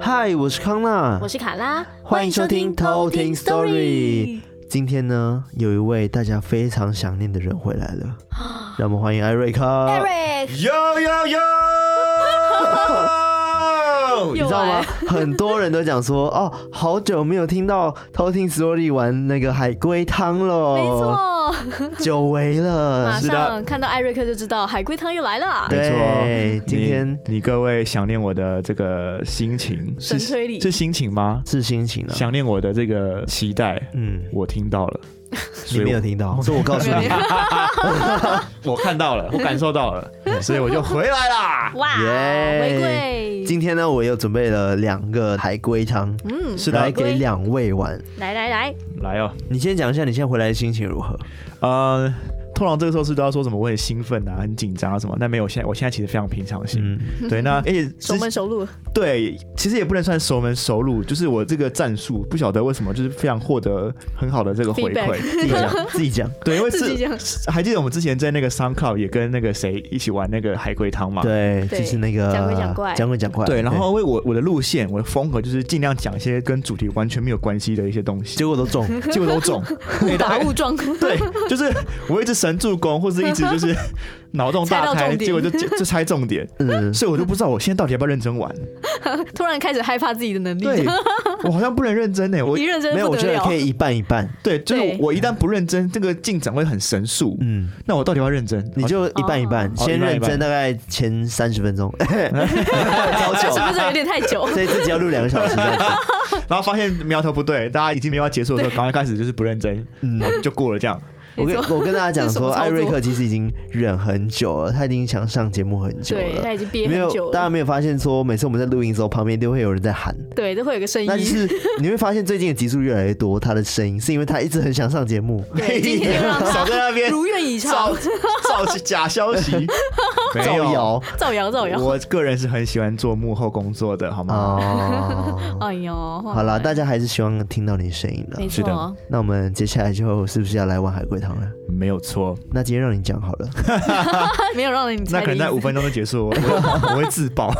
嗨，我是康娜，我是卡拉，欢迎收听偷听 Story。今天呢，有一位大家非常想念的人回来了，让我们欢迎艾瑞克。 Eric，哟哟哟！你你知道吗？很多人都讲说， 哦，好久没有听到偷听 Story 玩那个海龟汤了，没，哦错，久违 马了。是上的看到艾瑞克就知道海龟汤又来了。对没错，今天你你各位想念我的这个心情神推理是心情吗？是心情了，想念我的这个期待，嗯，我听到了，你所没以有我听到， 所以我告诉你， 我看到了，我感受到了， 所以我就回来啦。哇，耶玫瑰，今天呢，我又准备了两个海龟汤，嗯，是来的，给两位玩。来来来，来哦，你先讲一下你现在回来的心情如何？呃，通常这个时候是都要说什么我很兴奋啊，很紧张啊什么，但没有，现在我现在其实非常平常心。嗯，对，那而且之熟门熟路，对，其实也不能算熟门熟路，就是我这个战术不晓得为什么，就是非常获得很好的这个回 Feedback 馈。自己讲，自己讲。对，因为自己讲是还记得我们之前在那个 SoundCloud 也跟那个谁一起玩那个海龟汤嘛？对，对就是那个讲鬼讲怪讲鬼讲怪。对，然后因为我我的路线我的风格就是尽量讲一些跟主题完全没有关系的一些东西，结果都中， 就结果都中。对误打误撞， 对，就是我一直神助攻，或是一直就是脑洞猜大到开，重点结果就就就猜重点，嗯，所以我就不知道我现在到底要不要认真玩。突然开始害怕自己的能力，对，我好像不能认真欸呢，我一认真没有，不我觉得得了可。以一半一半。对，就是对我一旦不认真，这个进展会很神速。嗯，那我到底要不要认真？你就一半一半，哦先一半认一半真大概前三十分 钟，超 是久，不是有点太 久？这一次只要录两个小时这 样子。然后发现苗头不对，大家已经没有要结束的时候，赶快开始就是不认真，嗯，就过了这样。我跟没我跟大家讲这是什说，么操作艾瑞克其实已经忍很久了，他已经想上节目很久对，他了。已经憋没很有，久大家了。没有发现说，每次我们在录音的时候，旁边都会有人在喊。对，都会有个声那就音。是你会发现最近的集数越来越多，他的声音是因为他一直很想上节目。 对，今天就让他少在那边如愿以偿造，造假消 息，没造有。谣造谣造谣。我个人是很喜欢做幕后工作的，好吗？ 哦，哎呦，好好啦，大家还是希望听到你的声音的没。是的错，那我们接下来就是不是要来玩海龟汤了？没有错，那今天让你讲好 了。 没有让你那猜可的能意在思五分钟就结束，我我我会自爆，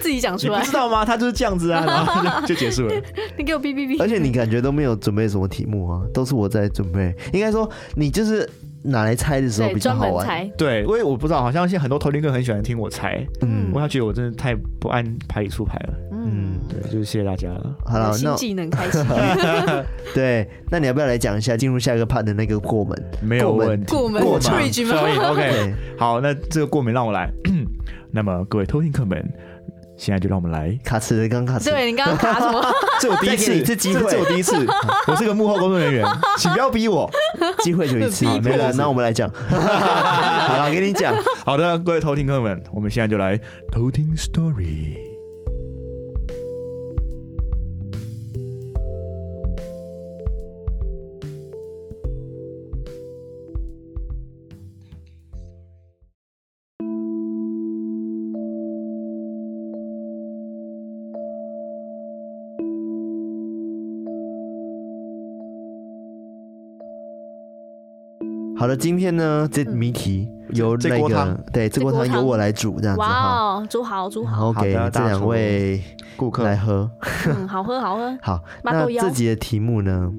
自己讲 你出不来知。道吗？他就是这样子啊，然后就就 结束了。你给我哔哔哔。而且你感觉都没有准备什么题目啊，都是我在准备。啊应该说你就是拿来猜的时候对，比较专好门玩。猜。对，因为我不知道，好像现在很多头听客很喜欢听我猜，嗯我他觉得我真的太不按牌理出牌了。嗯，对，就是谢谢大家了。好了，新那技 能开启，对，那你要不要来讲一下进入下一个 part 的那个过门？没有过门问题，过门过门 bridge 吗所以 OK，对，好，那这个过门让我来。 那么各位偷听客们，现在就让我 们来。卡词的刚卡词，对你刚刚 卡什么？这我第再一给你次，一次机会这这我第 一次，我是个幕后工作人员， 请不要逼我。机会就一次，逼迫没了。是那我们来讲，好了，给你讲。好的，各位偷听客们，我们现在就来偷听 story。好的，今天呢，这谜题由这那锅个汤对这锅汤嗯这锅汤由我来煮这样子哇哈，哦，煮好煮然好，后好给的这大两厨位顾客来喝。 嗯，好喝好喝，好，麻那豆腰这集的题目呢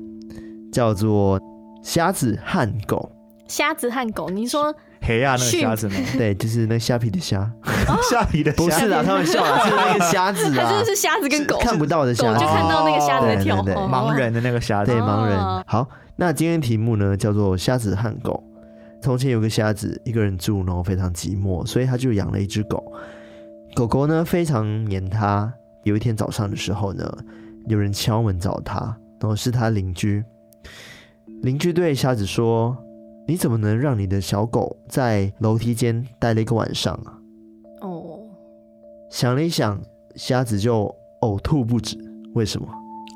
叫做虾子和 狗，虾子和狗，您说黑啊亚那个虾子吗？ 对，就是那虾皮的虾，虾皮的哦不虾是啦，开玩笑啦，是那个虾子 还啦真的，是虾子跟狗，看不到的狗虾就子，看到那个虾子在哦跳对对，对哦盲，人的那个虾子对，哦啊盲人。好，那今天题目呢叫做虾子和狗。从前有个虾子，一个人住，然后非常寂寞，所以他就养了一只狗。狗狗呢非常黏他。有一天早上的时候呢，有人敲门找他，然后是他邻居。邻居对虾子说：“你怎么能让你的小狗在楼梯间待了一个晚上啊哦，？”想了一想，虾子就呕吐不止。为什么？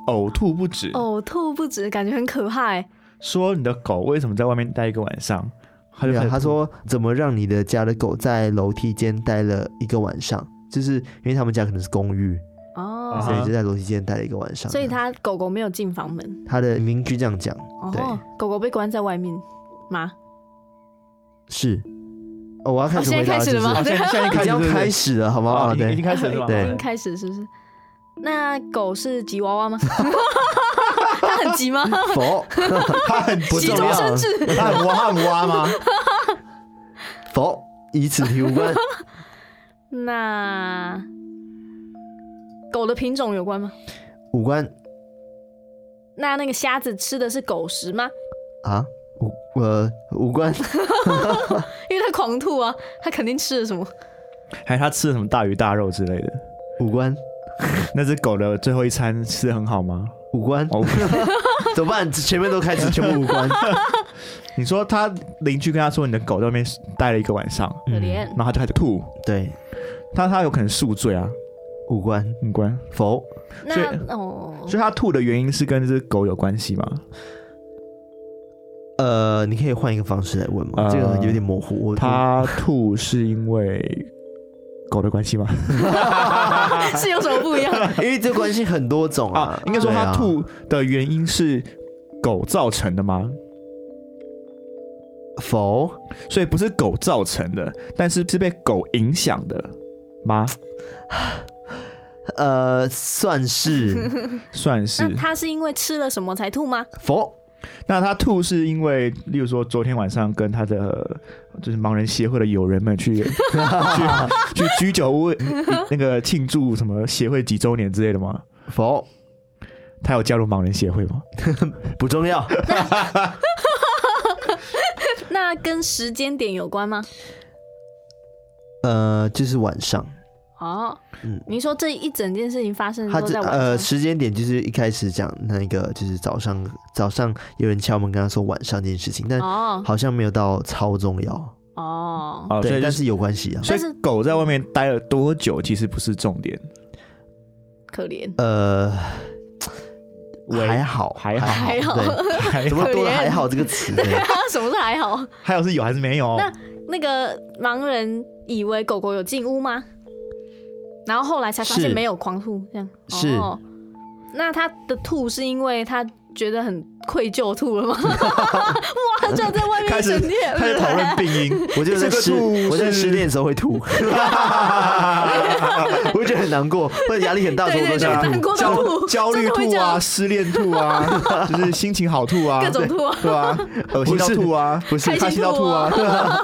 呕吐不止。哦呕吐哦不止，感觉很可怕哎，说你的狗为什么在外面待一个晚上？他就对开啊，始他吐说怎么让你的家的狗在楼梯间待了一个晚上？就是因为他们家可能是公寓，啊哦，所以就在楼梯间待了一个晚上。所以他狗狗没有进房门，他的邻居这样讲，对哦，狗狗被关在外面吗？是哦，我要开哦始现在回答开了，始是了不是吗好，现在现在已已经经要开开始始了，好不好？啊已经已哦对 经，开始了是吧？对已经开始是不是？那狗是吉娃 娃吗？它很急吗？ 否 它很不不急重中要生智。它很挖，它很挖吗？ 否，与此题无 关。那狗的品种有关吗？五官那那个虾子吃的是狗食吗？啊，五呃五 官因为它狂吐啊，它肯定吃了什么？还是它吃了什么大鱼大肉之类的？五官那只狗的最后一餐吃的很 好吗？五官，哦，怎么办？前面都开始全部五官，你说他邻居跟他说你的狗在外面待了一个晚上，可怜然后他就开始吐，嗯对，他他有可能宿醉啊，五官无关。否，所以那哦，所以他吐的原因是跟这只狗有关系吗？呃，你可以换一个方式来问吗？呃这个有点模糊。我他吐是因为狗的关系吗？是有什么不一样？ 因为这关系很多种啊啊，，应该说对他啊吐的原因是狗造成的吗？否，所以不是狗造成的，但是是被狗影响的吗？呃，算 是算 是那。它是因为吃了什么才吐吗？否，那他吐是因为，例如说昨天晚上跟他的呃就是盲人协会的友人们 去去去居酒屋那个庆祝什么协会几周年之类的吗？否，他有加入盲人协会吗？不重要，那跟时间点有关吗？呃，就是晚上，哦，嗯你说这一整件事情发生他嗯都这在晚上，呃时间点就是一开始讲那个就是早上早上有人敲门跟他说晚上这件事情，呃但哦好像没有到超重要，哦，啊，所对，以就但是是有关系啊，所但是以狗在外面待了多久其实不是 重点，可怜， 呃，喂还好，还好还好，对，还 怎么多了可怜还好这个词呢？什么是还好？还有是有还是没有？那那个盲人以为狗狗有进屋吗？然后后来才发现是没有狂吐，这样是哦。那他的吐是因为他觉得很愧疚吐 了吗？哇，这样在外面开始省略，开始讨论病因， 我就在这个失吐我在是失恋的时候会 吐，我会觉得很难过，或者压力很大的时候我都对对对，想难吐。过的焦吐，焦虑真的会吐这样啊，，失恋吐啊， 就是心情好吐啊，各种对吐啊。对啊，恶心到吐啊，不开心开心到吐啊，对啊，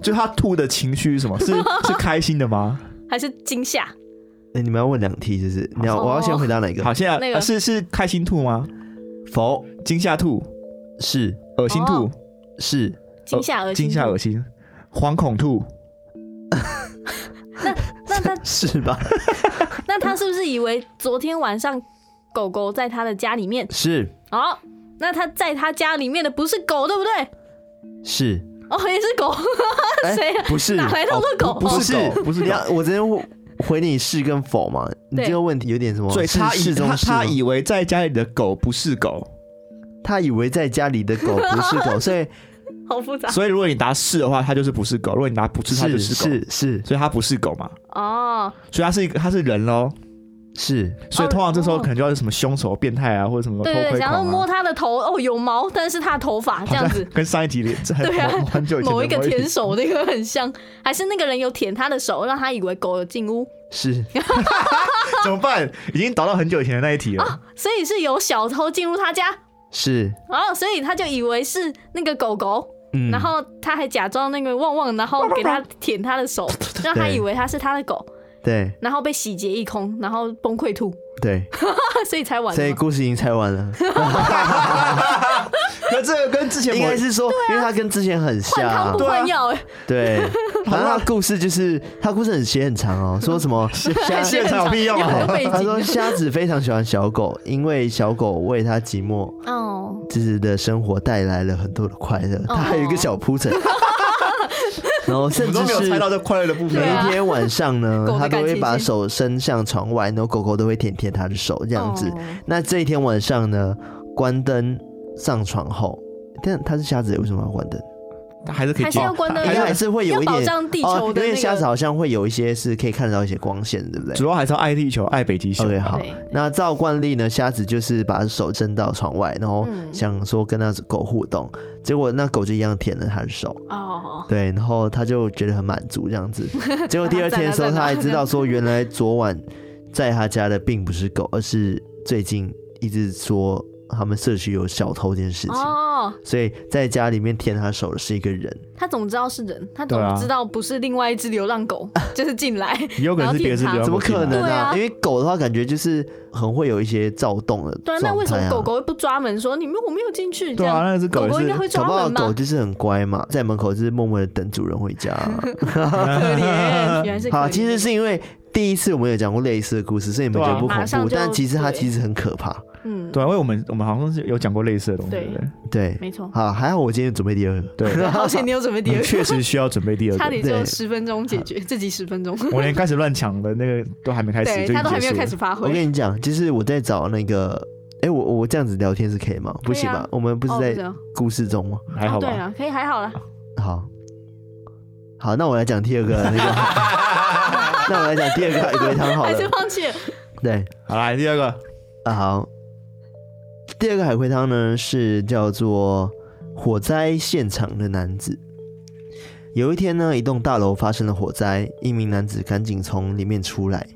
就他吐的情绪是什么？是是开心的吗？还是惊吓？哎你们要问两题，就是你要好我要先回答哪一个？哦好，现在、那个呃是是开心吐吗？否惊吓吐、是恶心吐、哦是惊吓而哦惊吓恶心、惶恐吐，那那是吧？那他是不是以为昨天晚上狗狗在他的家里面？是哦，那他在他家里面的不是狗，对不对？ 是，哦，也是狗，哎谁啊不是哪来那么多狗？不哦是狗，不是你狗。要我昨天回你是跟否嘛？你对这个问题有点什么？所以是他以是中他是他吗以为在家里的狗不是狗， 他以为在家里的狗不是狗，所以好复杂所以如果你答是的话，它就是不是狗；如果你答 不是，它就是狗。是是所以它不是狗嘛，哦。所以它是一个它是人喽。是所以通常这时候哦可能就要是什么凶手、变态啊，或者什么偷对对窥对，狂然后啊。，摸他的头，哦，有毛，但是他的头发这样子 跟上一集连这很对啊很很久以前的某一个集舔手那个很像，还是那个人有舔他的手，让他以为狗有进屋，是 怎么办？已经导到很久以前的那一题了。所以是有小偷进入他家， 是，哦，所以他就以为是那个狗狗，嗯，然后他还假装那个旺旺，然后给他舔他的手，让他以为他是他的狗，嗯对然后被洗劫一空，然后崩溃吐， 对，所以才完所以嘛。故事已经猜完了，可这个跟之前应该是说，因为他跟之前很啊换汤像不，换药、哎啊对，然后他故事就是他故事很写很长 哦，说什么虾现场有屁用有啊！背他说景。虾子非常喜欢小狗，因为小狗为他寂寞哦，就是的生活带来了很多的快乐。他还有一个小铺 陈，然后我甚们至都没有是猜到这快乐的部每对分啊。，一天晚上呢 狗的他都会把感情线手伸向窗外，然后狗狗都会舔舔他的手 这这样子。那这一天晚上呢，关灯上床后，但他是瞎子，为什么要关灯？他还是可以还是接要关灯应还该是还是会有一要保点障地球哦，因的那为瞎子个。好像会有一些是可以看到一些光线，对不对？主要还是要爱地球、爱北极熊。 OK，好对。那照惯例呢，瞎子就是把手伸到窗外，然后嗯想说跟那只狗互动，结果那狗就一样舔了他的手。哦，对，然 后他就觉得很满足这样子。结果第二天的时候，在哪在哪他还知道说，原来昨晚在他家的并不是狗，而是最近一直说他们社区有小偷这件事情，哦，所以在家里面舔他手的是一个人。他怎么知道是人？他怎对么啊知道不是另外一只流浪狗？ 就是 进来，也有可能是别的是流浪狗怎么可能对啊因为狗的话，感觉就是很会有一些躁动的、状对啊，那为什态么啊狗狗会不抓门说你们我没有进去？这对啊，样那只狗狗也狗应该是会搞抓不好门狗吧？就是很乖嘛，在门口就是默默的等主人回家、 可 怜，原来是可好，怜其实是因为第一次我们有讲过类似的故事，所以你们对啊觉得不恐马上怖，就但其实它对其实很可怕。嗯，对啊，因为我们我们好像是有讲过类似的东西，对对不对，没错。好，还好我今天准备第二个。对？对，好险你有准备第我二们个，确实需要准备第二差个。点就对十分钟解决，自己十分钟，我连开始乱抢的那个都还没开始，对就已他经都还没有结束开了始发我挥。跟你讲，就是我在找那个，哎、我我这样子聊天是可以吗？不行吧？我们不是哦在不啊故事中吗？还哦好对吧？啊，可以还好啦。好，好，那我来讲第二个那个，那我来讲第二个海龟汤好还是了。放弃了。对，好啦，第二个啊好，第二个海龟汤呢是叫做火灾现场的男子。有一天呢，一栋大楼发生了火灾，一名男子赶紧从里面出来，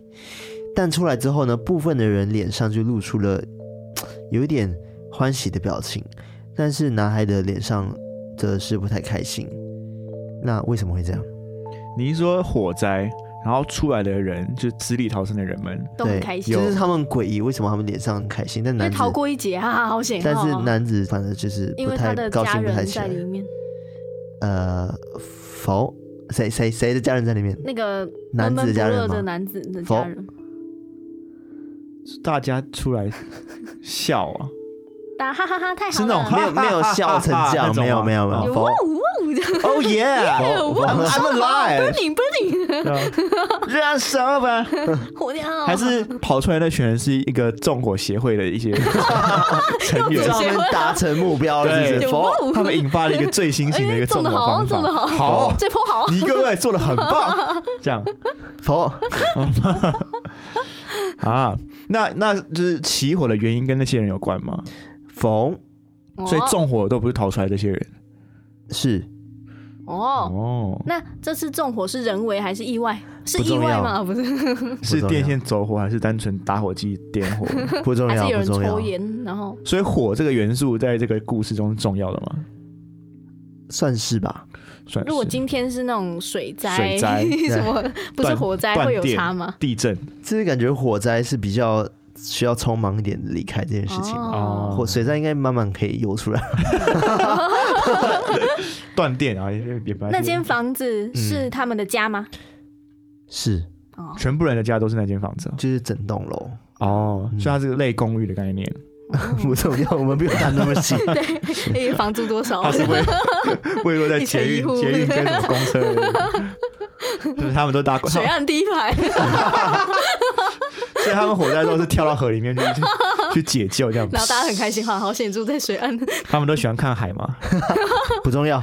但出来之后呢，部分的人脸上就露出了有一点欢喜的表情，但是男孩的脸上则是不太开心。那为什么会这样？你是说火灾，然后出来的人就是死里逃生的人们，都很开心，对因就是他们诡异，为什么他们脸上很开心，但为男子逃过一劫啊，好险！但是哦男子反正就是因不为他太的高家兴，不太人起在来。里面，呃，否，谁谁谁的家人在里面？那个男子的闷嗯闷不家乐人的吗？男子的否家人，大家出来笑啊，大家哈哈哈，太是好那了，种没有没有笑成这那样，种没有吗没有没哦有，哇否呜哇呜这样， Oh yeah! 否否 I'm alive！你不是对啊让手 吧，你火掉，还是跑出来那群人是一个纵火协会的 一些成员让，他们达成目标了，是不对是？否，他们引发了一个最新型的一个哎纵中火得好方中得好法，好，这波好，你各位做的 很棒，这样否，啊，那那就是起火的原因跟那些人有关吗？否，所以哦纵火都不是逃出来这些人 是哦。哦，那这次纵火是人为还是意外？是不意重外要吗？不是，是不重要电线走火还是单纯打火机点火？不重还要，是不有人重抽要，烟，然后所以火这个元素在这个故事中是重要的吗？算是吧。算如果是今天是那种水灾，水灾什么不是火灾断会有电差吗？地震就是感觉火灾是比较需要匆忙一点离开这件事情吧。哦火水灾应该慢慢可以游出来， 断电啊，也也不太那间房子是他们的家吗？是，哦，全部人的家都是那间房子就是整栋楼哦，嗯所以它是类公寓的概念，哦 不重要，我们不用谈那么细。哎，房租多少它？是 为为 落在一层捷一运户捷运跟什么公车的， 就是他们都搭，水啊 所岸第一排，以他们火灾都是跳到河里面去 去解救这样，然后大家很开心，哈，好险住在水岸。他们都喜欢看海 嘛，不重 要，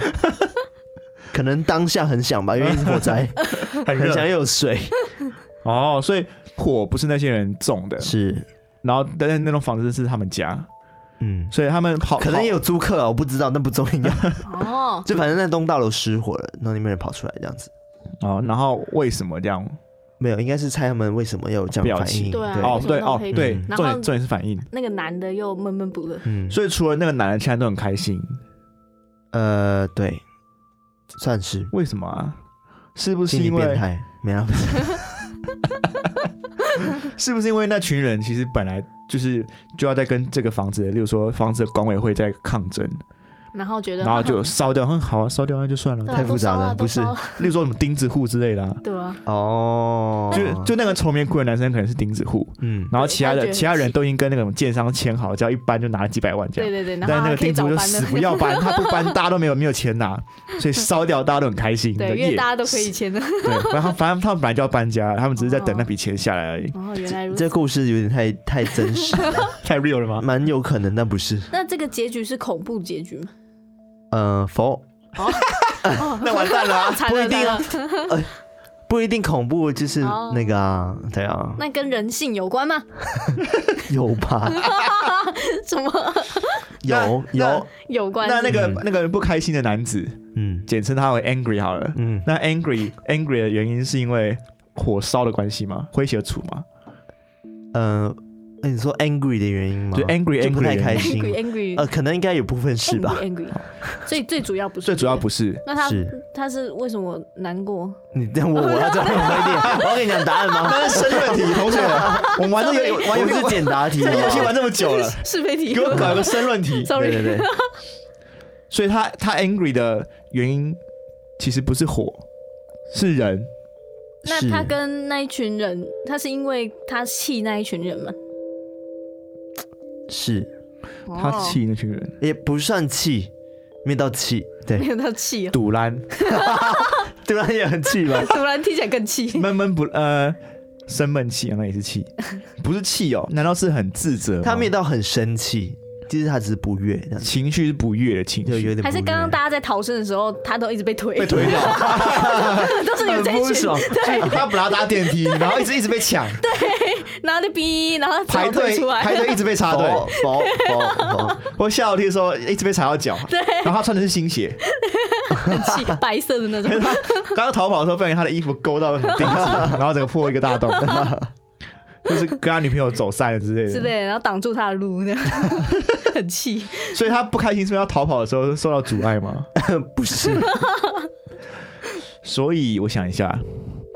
可能当下很想吧，因为是火 灾，很很想热又有水。哦，所以火不是那些人种的，是，然后但是那栋房子是他们家，嗯，所以他们跑可能跑也有租客啊，我不知道，那不重 要。哦，就反正那栋大楼失火了，然后里面人跑出来这样子，哦，然后为什么这样？没有，应该是猜他们为什么要有这样的反应。对啊哦，对为什么那哦么黑，对嗯，然后重点重点是反应。那个男的又闷闷不乐，嗯，所以除了那个男人，现在都很开心，呃，对，算是为什么啊？是不是心理因变为态，没 有，是不是因为那群人其实本来就是就要在跟这个房子的，例如说房子的管委会在抗争，然后觉得然后就烧掉，嗯，好啊，烧掉那就算了。对啊太复杂了都烧都烧啊不例如说什么钉子户之类的、啊，对啊，哦，就就那个愁眉苦脸的男生可能是钉子户，嗯，然后其他他觉的得其他人都已经跟那种建商签好，只要一搬就拿了几百万这对样。对对，然但后他那个可以钉子早户就搬的死，不要搬，他不搬，大家都没有没有钱拿，所以 烧掉大家都很开心。对，因为耶大家都可以签的。对，然后反正他们本来就要搬家，他们只是在等那笔钱下来而已。哦，原来如此。这故事有点太太真 实，太 real 了吗？蛮有可能，但不是。那这个结局是恐怖结局吗？呃，否， 那完蛋了啊、哦 惨不了一定啊惨了不一定恐怖，就是哦那个啊，对啊，那跟人性有关吗？ 有吧？什么有那有，有关？那那个嗯那个不开心的男子，嗯简称他为 angry 好了。嗯，那 angry angry 的原因是因为火烧的关系吗？诙谐处吗？呃，哎你说 angry 的原因吗？就 angry 就不太 angry 的开原因心 angry angry 呃，可能应该有部分是吧？ angry，所以最主要不是，最主要不是那他是他是为什么难过？你这样我我要这样一 点，我要跟你讲答 案吗？那是申论题， 同学，我们玩这个玩我游不戏是简答题，玩游好戏不玩好这么久 了，是非题给我搞一个申论 题。对 ，sorry，对对，所以他他 angry 的原因其实不是火，是人。 那是他跟那一群人，他是因为他气那一群人吗？是他气那群人，也不算气，没到气，哦，没 对，有 他气哦，堵拦，对方也很气吧？ 突然听起来更气。 闷闷不呃，生闷气，那也是 气，不是气哦，难道是很自责吗？他没有到很生气，其实他只是不悦，这样子情绪是不悦的情就有绪，点不还是刚刚悦大家在逃生的时候，他都一直被推，被推 倒， 都是你们这一很不 群爽，他本来要搭电梯，然后一直一直被 抢，然后就逼，然后排退队出来，排队一直被插队，薄薄薄薄，我下楼梯的时候一直被踩到脚，然后他穿的是新鞋，很气，白色的那种 可。是他刚刚逃跑的时候，不小心他的衣服勾到很钉子， 然后整个破一个大洞，就是跟他女朋友走散了之类之的。类的，然后挡住他的路，这样很气。所以他不开心，是因为他逃跑的时候受到阻碍吗？不是，所以我想一下，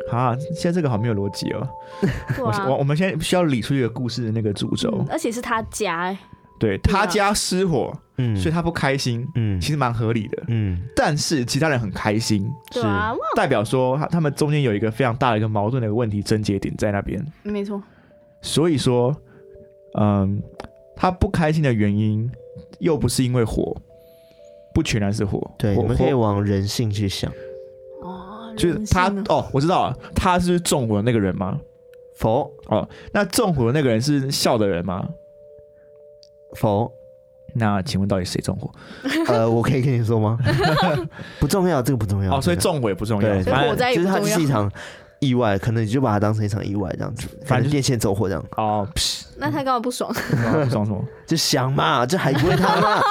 啊，现在这个好没有逻辑哦。对我啊我我们现在需要理出一个故事的那个主轴嗯，而且是他家、欸，对他家失火，嗯所以他不开心，嗯其实蛮合理的。嗯，但是其他人很开心，对啊，哇，代表说他他们中间有一个非常大的一个矛盾的一个问题症结点在那边。没错，所以说，嗯，他不开心的原因又不是因为火，不全然是火。对，火我们可以火往人性去想，哦，就是人性他啊哦，我知道了，他是纵火的那个人吗？否哦，那纵火的那个人是笑的人吗？ 否，那请问到底谁纵火？呃，我可以跟你说吗？ 不重要，这个不重要。哦，所以这个纵火也不重要，对，所以反火正灾也就不是它重就要是一场意外，可能你就把它当成一场意外这样子，反反正正电线走火这样，哦，噗那他干嘛不爽？ 不爽 什么？就想嘛，这还不会他嘛，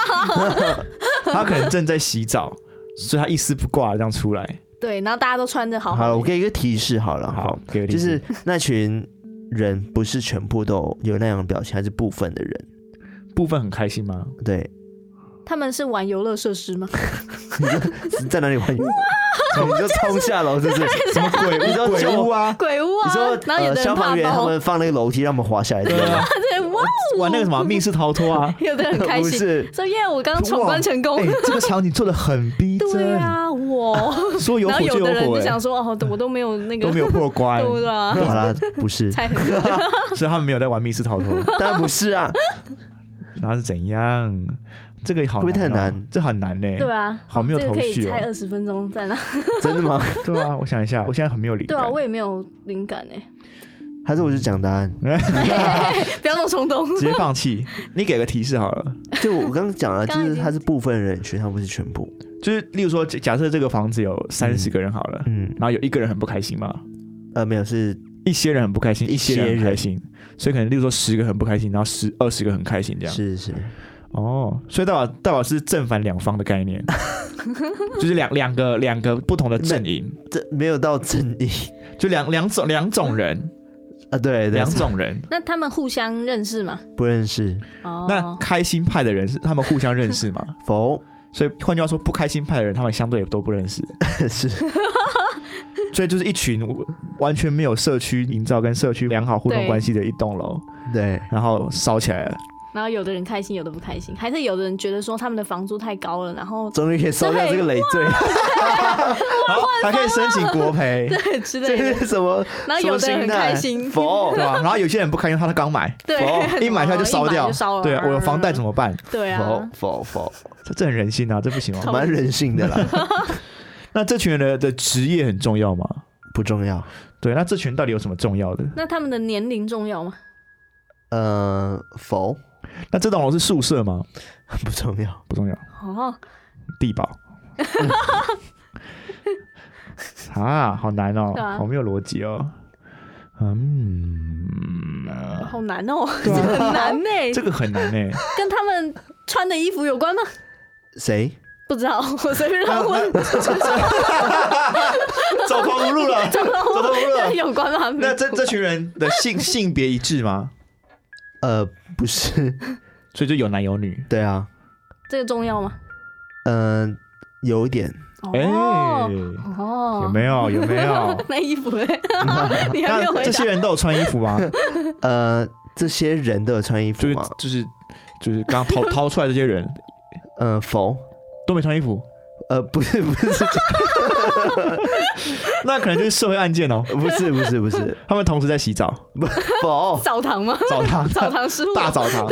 他可能正在洗澡，所以他一丝不挂地这样出来。哦对，然后大家都穿的 好好了，好我的，给一个提示好了，好好，，给个例就子是那群人不是全部都有那样的表情，还是部分的人，部分很开心 吗？对，他们是玩游乐设施吗？是 在哪里玩？ 你就冲下楼，是不是？什么鬼你说屋？鬼救屋啊！鬼屋啊你说，然后有呃，的人消怕防员他 包，们放那个楼梯让我们滑下来， 对对吧啊，对，哇哦，玩那 个什么密室逃脱啊！有的人很开不心，是，说耶，我刚刚闯关成功哇。哎这个场景做的很逼真。对啊，我，说有然火后有就的人火、就欸想，说，哦，我都没有那个 都没有破关，对啊， 好 啦，不是，才很久所以他们没有在玩密室逃脱。当然不是 啊，然后是怎样？这个好、哦，会不会太难？这很难呢、对啊，好没有这个头可以绪猜哦。二十分钟在 哪？真的吗？对啊，我想一下，我现在很没有理。对啊，我也没有灵感哎，还是我就讲答案？ 不要那么冲动。 直接放弃。你给个提示好了，就我刚刚讲了，就刚刚已是经他是部分人群，他不是全部。就是例如说，假假设这个房子有三十个人好了，嗯，然后有一个人很不开心嘛，呃，没有，是一些人很不开心，一一些些人人很开心，所以可能例如说十个很不开心，然后十二十个很开心这样。是是，哦，所以代表代表是正反两方的概念，就是两两个两个不同的阵营，这没有到正义 就两两种两种人，啊，对，对两种人。 那他们互相认识吗？不认识，哦，那开心派的人是他们互相认识嘛？否 所以换句话说，不开心派的人他们相对也都不认识，是所以就是一群完全没有社区营造跟社区良好互动对关系的一栋楼，对，然后烧起来了。然后有的人开心，有的不开心，还是有的人觉得说他们的房租太高了，然后终于可以收掉这个累赘，啊好，还可以申请国 赔，对之这类 的，是什么？然后有的人很开心， 否对吧？然后有些人不开心，他刚买，对 哦，一买下就烧一买掉就烧，了嗯对我有房贷怎么办？对否啊，否否，这这很人性啊，这不行哦。蛮人性 的啦，那这群人的的职业很重要吗？不重要。对，那这群人到底有什么重要的？那他们的年龄重要吗？呃，否 那这栋楼是宿舍吗？不重要，不重要，哦，地堡。 啊，好难哦对，啊好没有逻辑哦。嗯，好难哦，对啊 很难呢， 这个很难欸诶。跟他们穿的衣服有关吗？谁？啊 不知道，我随便乱问。。走投无路了，走 投无路了 有关吗？ 那这这群人的性 性别一致吗？呃，不是，所以就有男有女。对啊，这个重要吗？嗯、有一点，哎、哦哦，？有没有？有没有啊那衣服嘞？ 你还没有那回这答些。人都有穿衣服吗？呃，这些人都有穿衣服 就是吗？就是就是刚逃逃出来这些 人嗯，否，都没穿衣服，呃，不是，不是，那可能就是社会案件哦。不是，不是，不是，他们同时在洗澡， 否，澡堂 吗？澡 堂澡堂失误。大澡 堂，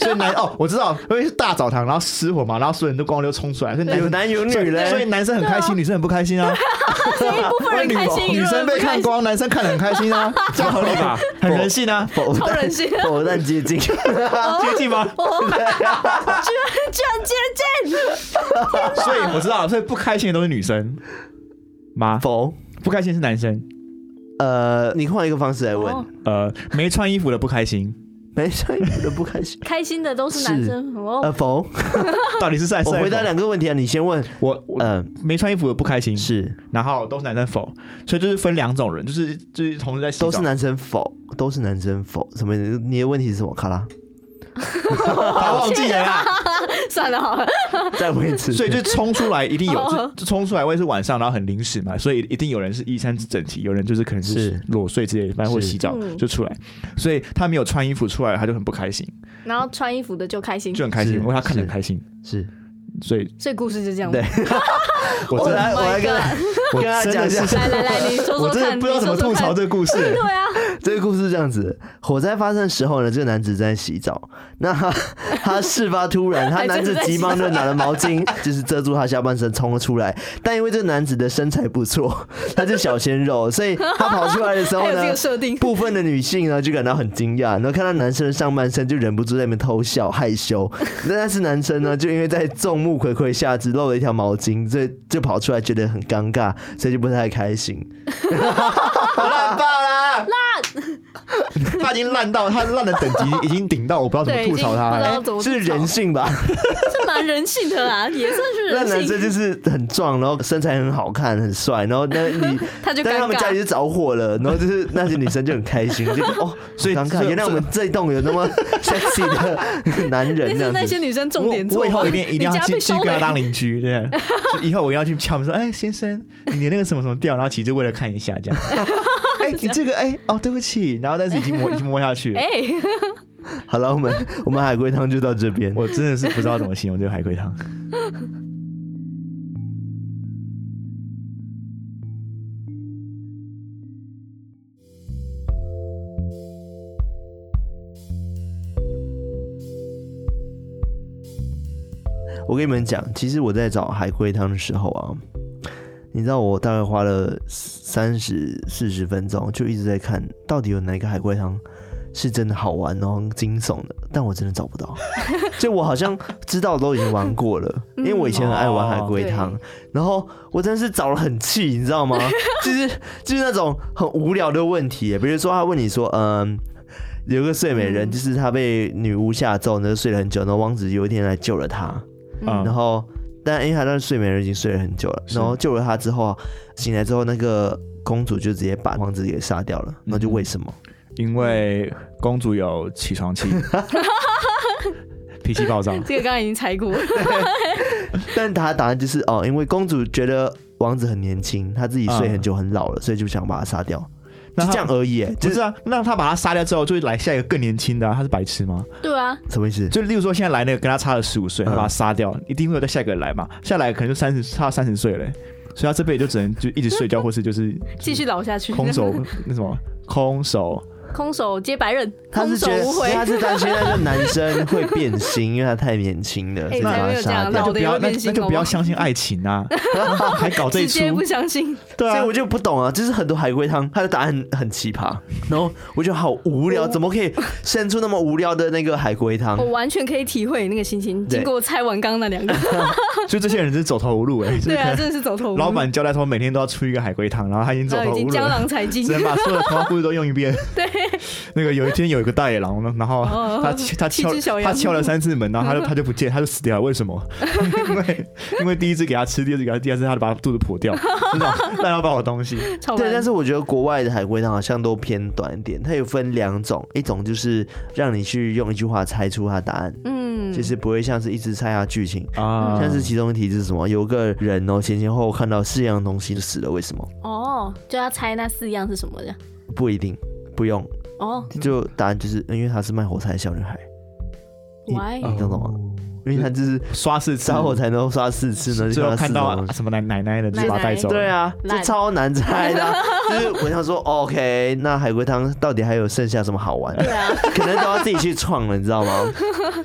所以男哦，我知道，因为是大澡堂，然后失火嘛，然后所有人都光溜冲出来，所以男有男有所以女所嘞，以男生很开心，女生很不开心啊。所以一部分人开心，一部分女人不生被开看心，光，男生看得很开心啊，这样合理吧？ 很人性啊，否超但人性。否但接 近，接近吗？ 哦，居然居然接近，所以我知道，所以不开心的都是女生吗？否，不开心是男生，呃，你换一个方式来问，哦呃，没穿衣服的不开心，没穿衣服的不开心，开心的都是男生 哦呃，。否，到底是在我回答两个问题啊，你先问，我我嗯，没穿衣服的不开心，是，然后都是男生否，所以就是分两种人，就是就是同时在洗澡都是男生否，都是男生否，什么？你的问题是什么？卡拉，他忘记了 啦，算了好了，再问一次，所以就冲出来一定有，就 哦就冲出来，因为是晚上，然后很临时嘛，所以一定有人是衣衫整齐，有人就是可能是是裸睡之类的，反正或者是洗澡嗯就出来，所以他没有穿衣服出来，他就很不开心，然后穿衣服的就开心就，很开心，是因为他看得很是开心，是，所以所以故事就这样。对我我真的来， 我 Oh my 来跟他跟 God 他真的讲一下，来来来， 你说我说真的看，不知道你怎么说说吐槽看这个故事。对啊，这个故事是这样子：火灾发生的时候呢，这个男子在洗澡，那他他事发突然，他还真男子在洗急忙的拿了毛巾，就是遮住他下半身冲了出来。但因为这个男子的身材不错，他是小鲜肉，所以他跑出来的时候还有这呢个。设定。部分的女性呢就感到很惊讶，然后看到男生的上半身就忍不住在那边偷笑害羞。那但是男生呢就因为在众目睽睽下只露了一条毛巾，所以就跑出来觉得很尴尬，所以就不太开心。烂爆啦！烂，他已经烂到他烂的等级已经顶到我不知道怎么对，已吐经槽他哎不知了。道怎么吐槽是人性 吧？是蛮人性的啦， 也算是那人男性生。就是很壮，然后身材很好看，很帅，然后那你 他就但是他尴们家里尬，就着火了，然后就是那些女生就很开心，就觉得 哦，所以好尴这尬，原来我们这一栋有那么 sexy 的男人这是 那样些子。女生重点我做我吗。以后一定一定你要家去被去烧跟他了，当邻居，对不对，就以后我要去敲门说，哎，先生，你的那个什么什么掉，然后其实就为了看一下 这样。哎，你这个哎哦，对不起，然后但是已经摸已经摸下去 了，哎，好了，我们我们海龟汤就到这边。我真的是不知道怎么形容这个海龟汤。我跟你们讲，其实我在找海龟汤的时候啊，你知道我大概花了三十四十分钟，就一直在看到底有哪个海龟汤是真的好玩然后惊悚的，但我真的找不 到。就我好像知道都已经玩过了，因为我以前很爱玩海龟汤，嗯哦然后我真的是找了很气，你知道 吗？就是就是那种很无聊的问题，比如说他问你说，嗯。有个睡美人，嗯就是她被女巫吓走，然后睡了很久，然后王子有一天来救了她。嗯然后但因为他那睡美人已经睡了很久了，是然后救了他之后，啊醒来之后，那个公主就直接把王子给杀掉了。那就为什么？因为公主有起床气， 脾气暴躁。这个刚刚已经猜过，但他的答案就是哦，因为公主觉得王子很年轻，她自己睡很久很老了，所以就想把他杀掉，就嗯那他这样而已。哎不就是是啊，那他把他杀掉之后，就会来下一个更年轻的、啊，他是白痴吗？对啊，什么意思？就例如说，现在来那个跟他差了十五岁，嗯他把他杀掉，一定会有再下一个人来嘛？下来可能就三十，差三十岁嘞，所以他这辈子就只能就一直睡觉，或是就是继续老下去。空手那什么空手。 空手接白刃，他空是手觉得无回，他是担心那个男生会变心，因为他太年轻了，所以才把哎没他有这杀样掉老。的就 不也要会那变心那就好不要吗相信爱 情啊，还搞这一直接出不，相 信。对所以啊我，就不懂啊，就是很多海龟汤，它的答案很很奇葩，然后我就好无聊，怎么可以生出那么无聊的那个海龟汤我？完全可以体会你那个心情。对经过猜完刚刚那两 个，所以这些人是走投无 路哎、就是对可啊，能真的是走投无路。老板交代他们每天都要出一个海龟汤，然后他已经走那投啊已无经路江了，郎才尽只，能把所有的童话故事都用一遍。对， 那个有一天有一个大野狼呢，然后哦他他七敲只小他羊敲了三次门，然 后他就他就不见，他就死掉了。为什么？因为因为第一只给他吃，第二只给他，第二只他就把他肚子 破掉，知道让他把我东西。超对，烦但是我觉得国外的海龟汤好像都偏短一点，它有分两种，一种就是让你去用一句话猜出它的答案，嗯，就是不会像是一直猜它剧情。啊像是其中一题是什么？有个人哦，前前后后看到四样东西就死了，为什么？哦，就要猜那四样是什么的不一定，不用，哦。嗯就答案就是因为她是卖火柴的小女孩，你 Why？哦你懂吗？因为她就是刷四次，杀火柴能够杀四次呢，最就后看到她四种啊东西什么奶奶奶的，就把他带走。对，啊，这烂超难猜 的啊、就是我想说，OK，那哦海龟汤到底还有剩下什么好玩 的？对 啊，可能都要自己去创了，你知道吗？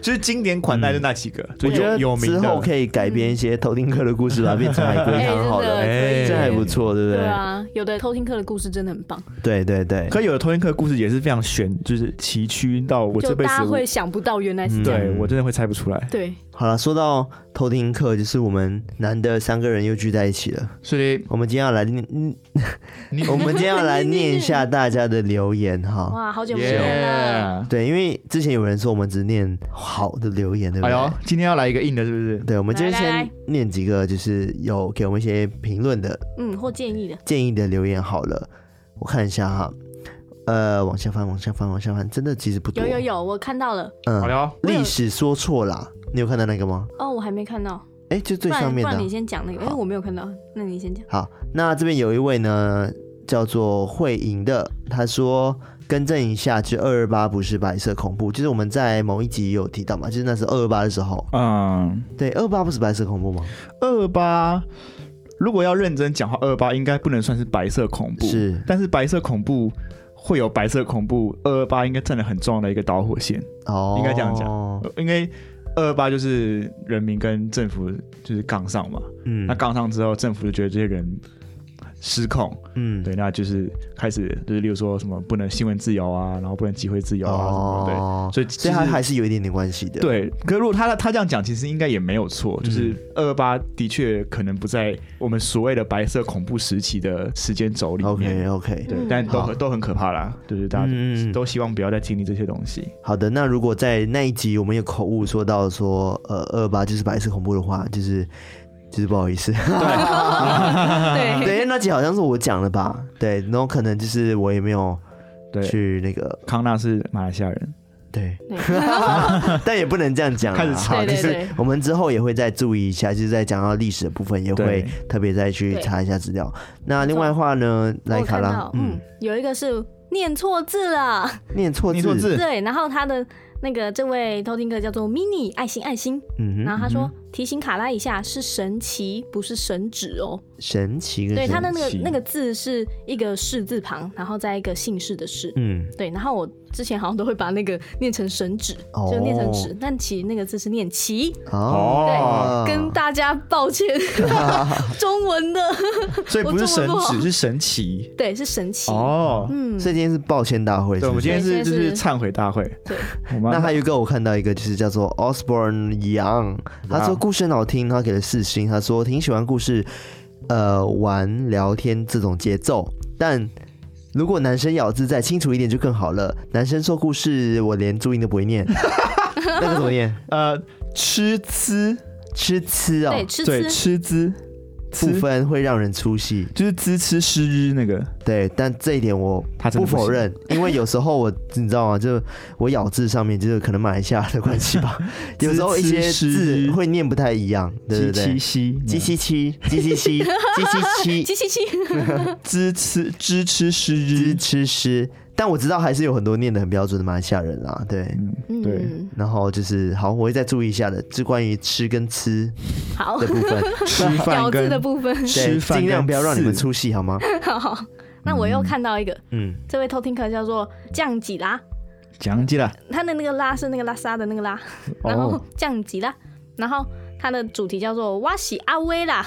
就是经典款待就那几个，就嗯我觉 有得有名之后的。可以改编一些偷听课的故事，把它变成海龟 哎，汤，真好了，的，这还不错，错。对不哎对对？啊，有的偷听课的故事真的很棒，对对对，可有的偷听课故事也是非常悬，就是崎岖到我就这辈大子家我嗯会嗯想不到原来是这样。对我真的会猜不出来。对，好了，说到偷听课，就是我们难得三个人又聚在一起了。所以我们今天要来念，嗯， 我们今天要来念一下大家的留言哈。 哇，好久没见了。耶，对，因为之前有人说我们只念好的留言，对不哎对？呦，今天要来一个硬的，是不是？对，我们今天来来先来念几个，就是有给我们一些评论的嗯，或建议的，建议的留言好了，我看一下哈。呃，往下翻，往下翻，往下翻，真的其实不多。有有有，我看到了。好嗯，了，历史说错啦，你有看到那个吗？哦，我还没看到，哎，就最不上然不面的啊、然你先讲那个，因为好我没有看到，那你先讲。好，那这边有一位呢，叫做慧莹的，他说更正一下，就二二八不是白色恐怖，就是我们在某一集有提到嘛，就是那是二二八的时候，嗯，对，二二八不是白色恐怖吗？二八，如果要认真讲话，二八应该不能算是白色恐怖，是但是白色恐怖会有白色恐怖，二二八应该占了很重要的一个导火线，哦，应该这样讲，呃因为二二八就是人民跟政府就是杠上嘛，嗯，那杠上之后，政府就觉得这些人失控，嗯，对，那就是开始就是例如说什么不能新闻自由啊，然后不能集会自由啊什么的，对。哦，所以所其以实它还是有一点点关系的，，对，可是如果他他这样讲，其实应该也没有错，就是二二八的确可能不在我们所谓的白色恐怖时期的时间轴里面。 ，OK OK，对嗯，但都好很都很可怕啦，就是大家嗯嗯嗯都希望不要再经历这些东西。好的，那如果在那一集我们有口误说到说，呃，二八就是白色恐怖的话，就是就是不好 意思， 对，对，因为那集好像是我讲的吧？对，然后可能就是我也没有对，去那个，康纳是马来西亚人，对，对 但也不能这样讲啦，开始好，对就对是对我们之后也会再注意一下，就是在讲到历史的部分，也对会特别再去查一下资料。那另外的话呢，哦我莱有卡看拉到，，嗯，，有一个是念错字了，念错字，你说，字对，然后他的那个这位偷听客叫做 mini 爱心爱心，嗯哼，然后他说提醒卡拉一下，是神奇，不是神指哦。神奇跟对，他的神那奇个那个字是一个士字旁，然后再一个姓氏的氏。嗯，对，然后我之前好像都会把那个念成神指，哦就念成指，但其实那个字是念奇。哦，哦，跟大家 抱歉，中文的所以不是神我中文不好只是神奇对是神奇。哦。嗯，所以今天是抱歉大会，对，是我不们今是？对天是就今天是是忏悔大会，对，我那们还有一个我看到一个就是叫做 Osborne Young，他说故事很好听，他给了四星，他说挺喜欢故事，呃，玩聊天这种节奏，但。如果男生咬字再清楚一点就更好了。男生说故事，我连注音都不会 念，那个怎么念？呃吃姿，吃吃哦，对，吃对吃吃姿，部吃分会让人出戏。就是滋吃湿日那个，对，但这一点我他真不的不否行认，因为有时候我 你知道吗？就我咬字上面就是可能马来西亚的关系 吧，有时候一些支持字会念不太一样，对对对七。七鸡七七鸡七 七鸡七七七七七，支吃支吃湿之日，吃诗，但我知道还是有很多念的很标准的马来西亚人啦，对。对，嗯，然后就是好，我会再注意一下的，是关于吃跟吃好的，部 分，吃咬饭字跟嗯的部分，对，吃饭尽量跟不要让你们刺出戏好吗？好，那我又看到一个，嗯，这位偷听客叫做降几拉，讲解了，他的那个拉是那个拉萨的那个拉，然后哦，降级啦，然后他的主题叫做哇喜阿威啦，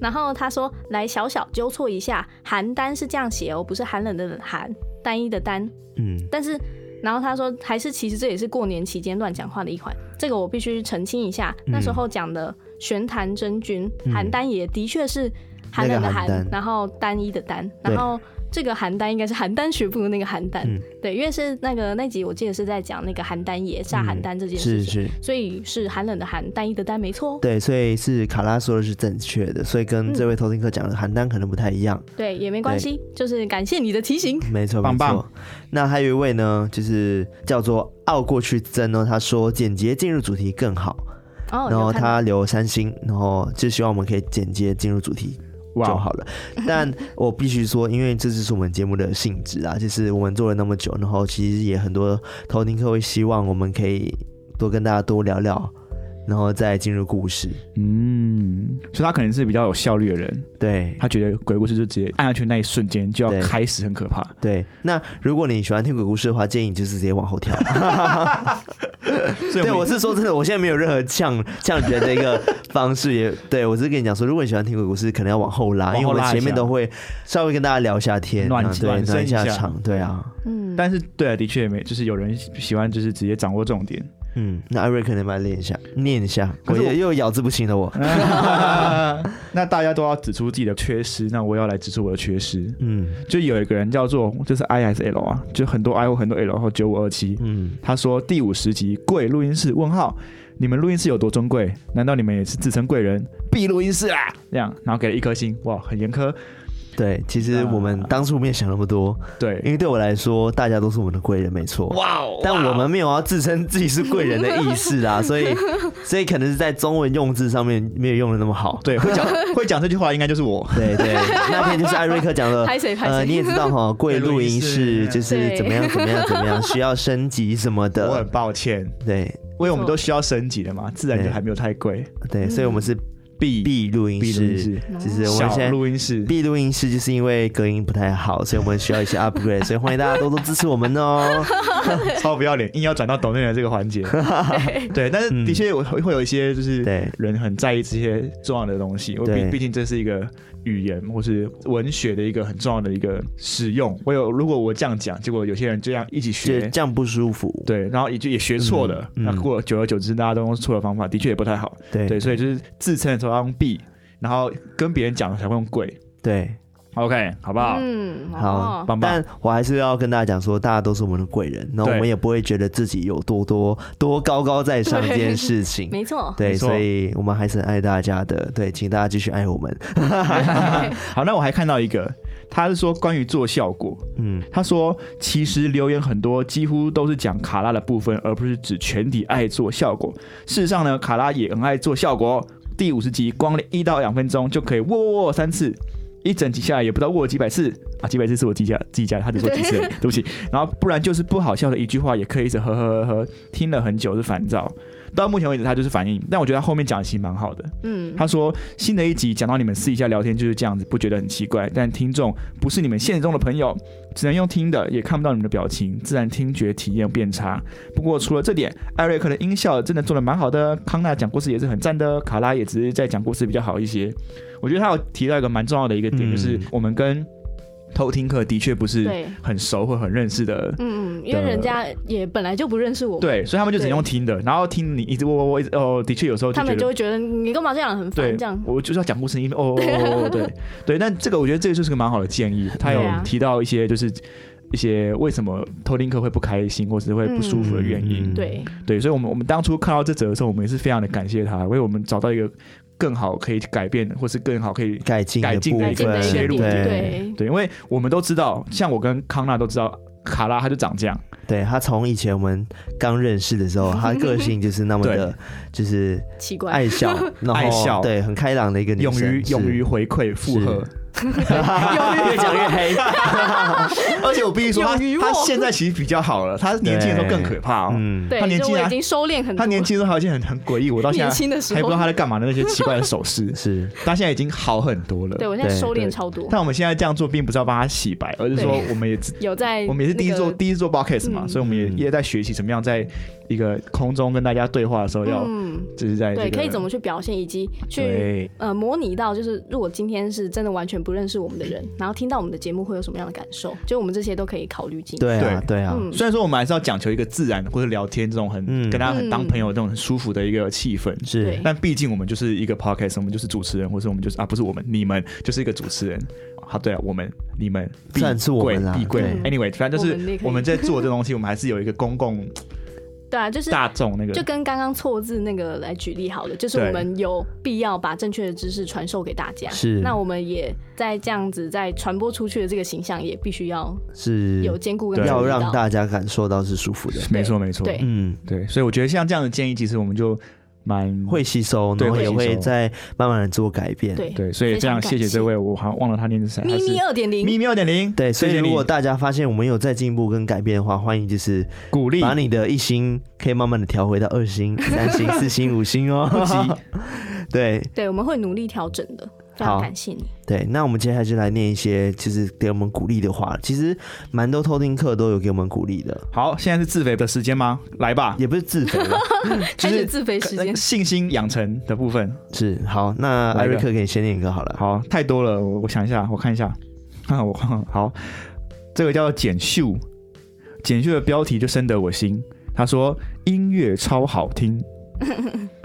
然后他说来小小纠错一下，邯郸是这样写哦，不是寒冷的寒，单一的单，嗯，但是。然后他说，还是其实这也是过年期间乱讲话的一款，这个我必须澄清一下。那时候讲的玄坛真君、邯郸也的确是寒冷的嗯那个寒，邯郸然后单一的单，对然后这个邯郸应该是邯郸学步的那个邯郸，嗯对，因为是那个那集我记得是在讲那个邯郸爷炸邯郸这件事嗯是情，是，所以是寒冷的寒，单一的单，没错哦，对，所以是卡拉说的是正确的，所以跟这位偷听客讲的邯郸可能不太一样。对，也没关系，就是感谢你的提醒，没错，棒棒没错。那还有一位呢，就是叫做傲过去真哦，他说简洁进入主题更好，哦，然后有看到他留三星，然后就希望我们可以简洁进入主题就哇，好了。 但我必须说，因为这就是我们节目的性质啊，就是我们做了那么久，然后其实也很多偷听客会希望我们可以多跟大家多聊聊，然后再进入故事。嗯，所以他可能是比较有效率的人，对，他觉得鬼故事就直接按下去那一瞬间就对要开始，很可怕。对，那如果你喜欢听鬼故事的话，建议你就是直接往后 跳。所以对，我我们是说真的，我现在没有任何呛呛人的一 个方式也，对我只是跟你讲说，如果你喜欢听鬼故事，可能要往后拉，往后因为我们拉一前面下都会稍微跟大家聊一下天，暖啊对暖身暖一下一下场，对啊，嗯，但是对啊，的确没，就是有人喜欢就是直接掌握 重点。 嗯，那艾瑞可能要练一下，念一下，我可是我又又咬字不清了我，那大家都要指出自己的缺失，那我也要来指出我的缺失。嗯就有一个人叫做就是 I 还是 L 啊，就很多 I 或很多 L 或九五二七，嗯，他说第五十集贵录音室问号，你们录音室有多尊贵？难道你们也是自称贵人？必录音室啊！这样，然后给了一颗星，哇，很严苛。对，其实啊我们当初没有想那么多，因对，为对我来说，大家都是我们的贵人，没错，哇哦但我们没有要自称自己是贵人的意识啊，所 以所以可能是在中文用字上面没有用的那么好。 对会讲会讲这句话应该就是我。对 对，那篇就是艾瑞克讲的，拍谁拍谁呃，你也知道哈，贵 录音室对就是怎么样怎么样怎么 样，需要升级什么我的很，抱歉，因对为我们都需要升级的嘛，自然就还没有太贵。对，所以我们是 B B 录音 B 嗯录室音室，就是我们小现在。录音室， B 录音室就是因为隔音不太好，所以我们需要一 些 upgrade，所以欢迎大家多多支持我们哦。超不要脸，硬要转到抖内的这个 环节。对，但是的确我会会有一些就是嗯对人很在意这些重要的东西，我对毕毕竟这是一个语言或是文学的一个很重要的一个使用。我有如果我这样讲，结果有些人这样一起就学。这样不舒服，对，然后也就也学错了，嗯嗯那过久而久之，大家都用错的方法，的确也不太好。对对，所以就是自称的时候要用 B，然后跟别人讲才会用贵。对， OK，好不好？嗯，好哦，棒棒但我还是要跟大家讲说，大家都是我们的贵人，那我对们也不会觉得自己有多多多高高在上这件事情。没错，对，没错所以我们还是很爱大家的。对，请大家继续爱我们。好，那我还看到一个，他是说关于做效果，嗯，他说：“其实留言很多，几乎都是讲卡拉的部分，而不是指全体爱做效果。事实上呢，卡拉也很爱做效果哦。第五十集光一到两分钟就可以握握握三次，一整集下来也不知道握了几百次啊，几百次是我记下记下，他只说几次而已，对不起。然后不然就是不好笑的一句话，也可以一直呵呵呵呵，听了很久是烦躁。到目前为止，他就是反应，但我觉得他后面讲的其实蛮好的。嗯，他说新的一集讲到你们私底下聊天就是这样子，不觉得很奇怪？但听众不是你们现实中的朋友，只能用听的，也看不到你们的表情，自然听觉体验变差。不过除了这点，艾瑞克的音效真的做的蛮好的，康纳讲故事也是很赞的，卡拉也只是在讲故事比较好一些。我觉得他有提到一个蛮重要的一个嗯点，就是我们跟偷听客的确不是对，很熟或很认识的。嗯嗯，因为的人家也本来就不认识我，，对，所以他们就只能用听的，然后听你一直喔喔喔，一直哦，的确有时候就他觉得们就会觉得你干嘛这样很对烦这样，，我就是要讲故事，因为哦哦哦哦， 对对，但这个我觉得这个就是个蛮好的建议，他有对啊提到一些就是一些为什么偷听客会不开心或是会不舒服的原因，嗯对，对，所以我们我们当初看到这则的时候，我们也是非常的感谢他，为我们找到一个更好可以改变或是更好可以。改进改的进部的分，改进的一切个入点，点对对，对，因为我们都知道，像我跟康纳都知道，卡拉他就长这样，对，他从以前我们刚认识的时 候，他个性就是那么的，就是奇怪，哎爱 笑，然后爱笑对，很开朗的一个女勇生，于是勇于回馈 附 和，越讲越黑，而且我必须说他，勇于他我现在其实比较好了，他年轻的时候更可怕哦。嗯，，对他，年就纪我啊已经收敛很多，他年轻的时候还有一些很很诡异，我到现年在轻的时还不知道候，他在干嘛的那些奇怪的手势 是他现在已经好很多了。对我现在对收敛对超多，但我们现在这样做，并不是要帮他洗白，而是说对我们也知 有在，我们也是第一做、第一次做 podcast 嘛，嗯所以我们也嗯也在学习怎么样在一个空中跟大家对话的时候，要嗯，就是在对，这个可以怎么去表现，以及去对呃模拟到，就是如果今天是真的完全不认识我们的人，然后听到我们的节目会有什么样的感受，就我们这些都可以考虑进去。对啊对对啊，嗯，虽然说我们还是要讲求一个自然或者聊天这种很、嗯跟大家很当嗯朋友这种很舒服的一个气氛，是对但毕竟我们就是一个 podcast，我们就是主持人，或是我们就是啊，不是我们，你们就是一个主持人。好，对啊，我们、你们、虽然是我们啦必贵对，anyway，反正我就们也是可以我们在做这东西，我们还是有一个公共对啊，就是大众 那个就跟刚刚错字那个来举例好了，就是对我们有必要把正确的知识传授给大家。是那我们也在这样子在传播出去的这个形象，也必须要是有兼顾跟对要注意到让大家感受到是舒服的，没错没错，对嗯，对，所以我觉得像这样的建议，其实我们就蛮会吸收，对然后会也吸会收在慢慢的做改变，对对，所以非这常样感谢谢谢这位，我好像忘了他念是谁，他咪是咪二点零，咪咪二点零，对，所以谢谢你如果大家发现我们有在进步跟改变的话，欢迎就是鼓励 把你的一星可以慢慢的调回到二星、三星、四星、五星 哦。不急对对，我们会努力调整的。非好常感谢你，对，那我们接下来就来念一些其实给我们鼓励的话。其实蛮多偷听课都有给我们鼓励的，好，现在是自肥的时间吗？来吧，也不是自肥啦，啊就开始是自肥时那间个。信心养成的部分。是好。那艾来一瑞个克给你先念一个好了。好，太多了，我我想一下，我看一下，啊，我 好，这个叫简秀，简秀的标题就深得我心。他说音乐超好听，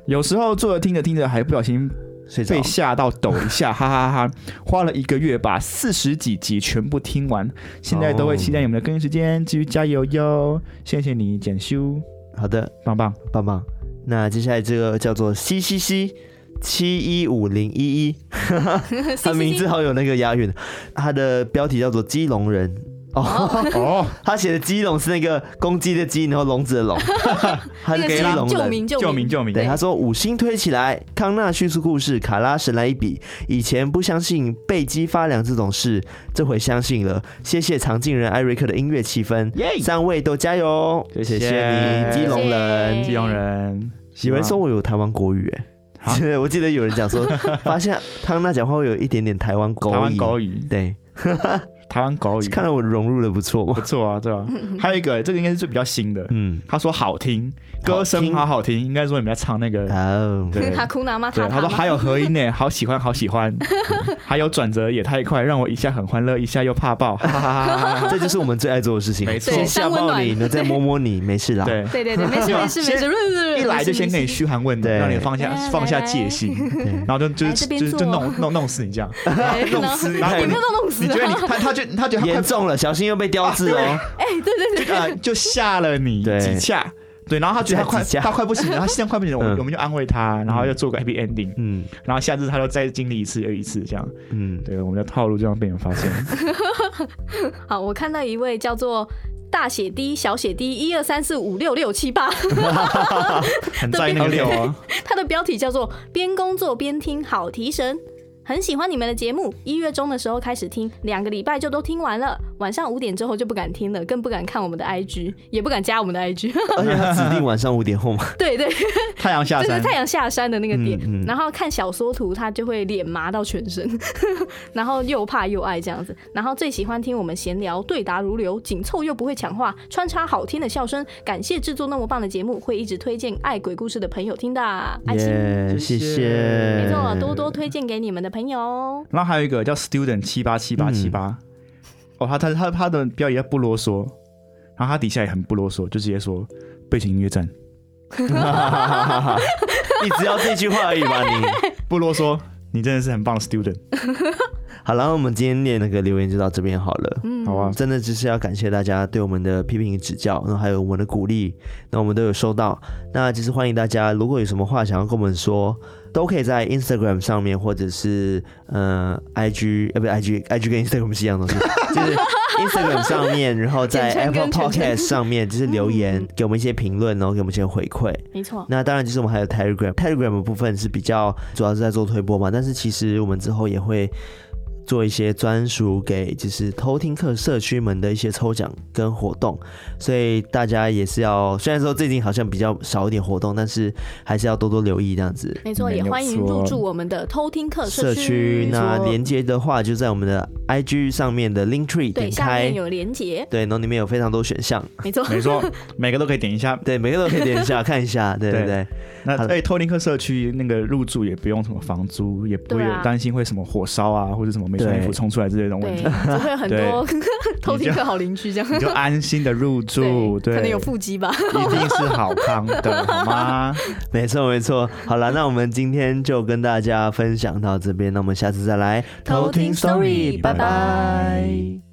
有时候坐着听着听着还不小心睡着被。吓到抖一下，哈哈哈哈！花了一个月把四十几集全部听完，现在都会期待你们的更新时间，继续加油哟！谢谢你，简修，好的，棒棒。棒棒。那接下来这个叫做 C C C 七一五零一一， 他名字好哦有那个押韵，他的标题叫做基隆人。哦，哦， 他写的基隆是那个公鸡的鸡，然后笼子的笼，他是那个基隆救人。命救救命命！救命！对，他说五星推起来，康纳叙述故事，卡拉神来一笔。以前不相信背脊发凉这种事，这回相信了。谢谢常进人艾瑞克的音乐气氛，耶三位都加油哦！谢谢谢你，基隆人谢。基隆人，有人说希望我有台湾国语、 欸，啊哎，我记得有人讲 说，发现汤娜讲话会有一点点台湾台国湾语，狗语， 对，台湾狗语，看来我融入的不错不嘛，错啊，对吧？还有一个，这个应该是最比较新的，嗯，他说好听，嗯好歌听声好好听，应该说你们在唱那个，哦，对哈库纳马塔对，他塔说吗还有合音呢，好喜欢，好喜欢，还有转折也太快，让我一下很欢乐，一下又怕爆，哈哈哈 哈哈哈。这就是我们最爱做的事情，没错先对吓爆你，三温暖呢再摸摸你，没事啦，， 对，对对对，没 事没事没事，一来就啊先给你嘘。嘘寒问对暖，让你放下来来放下来戒心，对然后就就来是这边就是就坐弄弄弄死你 这样。 对弄然后死你 也没有到弄你死觉得你啊，他他觉得他觉得他严快重了，小心又被雕字 哦，就 啊就吓了你对几下，对，然后他觉得他快几下他快不行了，他现在快不行了，我们嗯我们就安慰他，然后又做个 happy ending，嗯然后下次他就再经历一次又一次这样，嗯，对，我们的套路就这样被人发现。好，我看到一位叫做大写 D 小写 D 一二三四五六六七八， 很在意那个六啊，它的标题叫做“边工作边听好提神”。很喜欢你们的节目，一月中的时候开始听，两个礼拜就都听完了。晚上五点之后就不敢听了，更不敢看我们的 IG，也不敢加我们的 IG。而且他指定晚上五点后嘛， 对对，太阳这下是 山，太阳下山的那个点。嗯嗯然后看小缩图，他就会脸麻到全身， 然后又怕又爱这样子。然后最喜欢听我们闲聊，对答如流，紧凑又不会抢话，穿插好听的笑声。感谢制作那么棒的节目，会一直推荐爱鬼故事的朋友听的，爱心。耶，谢谢谢谢，没 错，多多推荐给你们的朋友哦。然后还有一个叫 student 七八七八七八，哦，他他他他的标也不啰嗦，然后他底下也很不啰嗦，就直接说背景音乐站你只要这句话而已吧， 你。不啰嗦，你真的是很棒的 student，好了，我们今天念那个留言就到这边好了。好啊吧？真的就是要感谢大家对我们的批评与指教，然后还有我们的鼓励，那我们都有收到。那就是欢迎大家，如果有什么话想要跟我们说，都可以在 Instagram 上面，或者是呃 IG，呃不是 IG，IG 跟 Instagram 是一样的东西，就是 Instagram 上面，然后在简称 Apple 跟全称 Podcast 上面就是留言，给我们一些评论，然后给我们一些回馈。没错，那当然，就是我们还有 Telegram，Telegram 的部分是比较主要是在做推播嘛，但是其实我们之后也会做一些专属给就是偷听课社区们的一些抽奖跟活动，所以大家也是要，虽然说最近好像比较少一点活动，但是还是要多多留意这样子。没错，也欢迎入驻我们的偷听课社区。区那连接的话就在我们的 IG 上面的 Linktree 对，点下开面，有连结，对，然后里面有非常多选项，没错，没错，每个都可以点一下。对，每个都可以点一 下看一下，对对对对，那好的哎，透林克社区那个入住也不用什么房租，也不会对有啊担心会什么火烧啊，或者什么没穿衣对服冲出来之类的问对，题，就会有很多 偷听你就课好邻居这样 你。就安心的入 住。对，可能有腹肌吧。一定是好康 的，好吗？没错没错。好了，那我们今天就跟大家分享到这边，那我们下次再来偷听 story，拜拜。